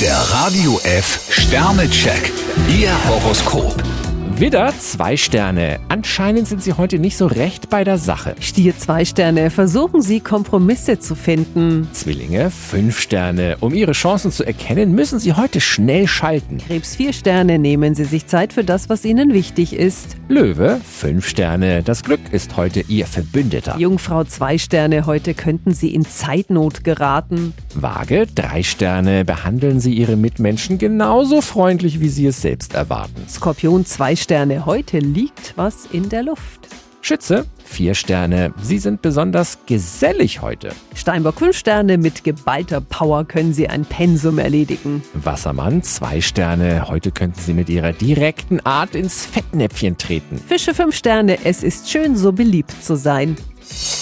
Der Radio F Sternecheck. Ihr Horoskop. Widder, zwei Sterne. Anscheinend sind Sie heute nicht so recht bei der Sache. Stier zwei Sterne, versuchen Sie Kompromisse zu finden. Zwillinge, fünf Sterne. Um Ihre Chancen zu erkennen, müssen Sie heute schnell schalten. Krebs vier Sterne, nehmen Sie sich Zeit für das, was Ihnen wichtig ist. Löwe, fünf Sterne. Das Glück ist heute Ihr Verbündeter. Jungfrau zwei Sterne, heute könnten Sie in Zeitnot geraten. Waage, drei Sterne. Behandeln Sie Ihre Mitmenschen genauso freundlich, wie Sie es selbst erwarten. Skorpion zwei Sterne, heute liegt was in der Luft. Schütze, vier Sterne. Sie sind besonders gesellig heute. Steinbock fünf Sterne, mit geballter Power können Sie ein Pensum erledigen. Wassermann, zwei Sterne. Heute könnten Sie mit Ihrer direkten Art ins Fettnäpfchen treten. Fische fünf Sterne, es ist schön, so beliebt zu sein.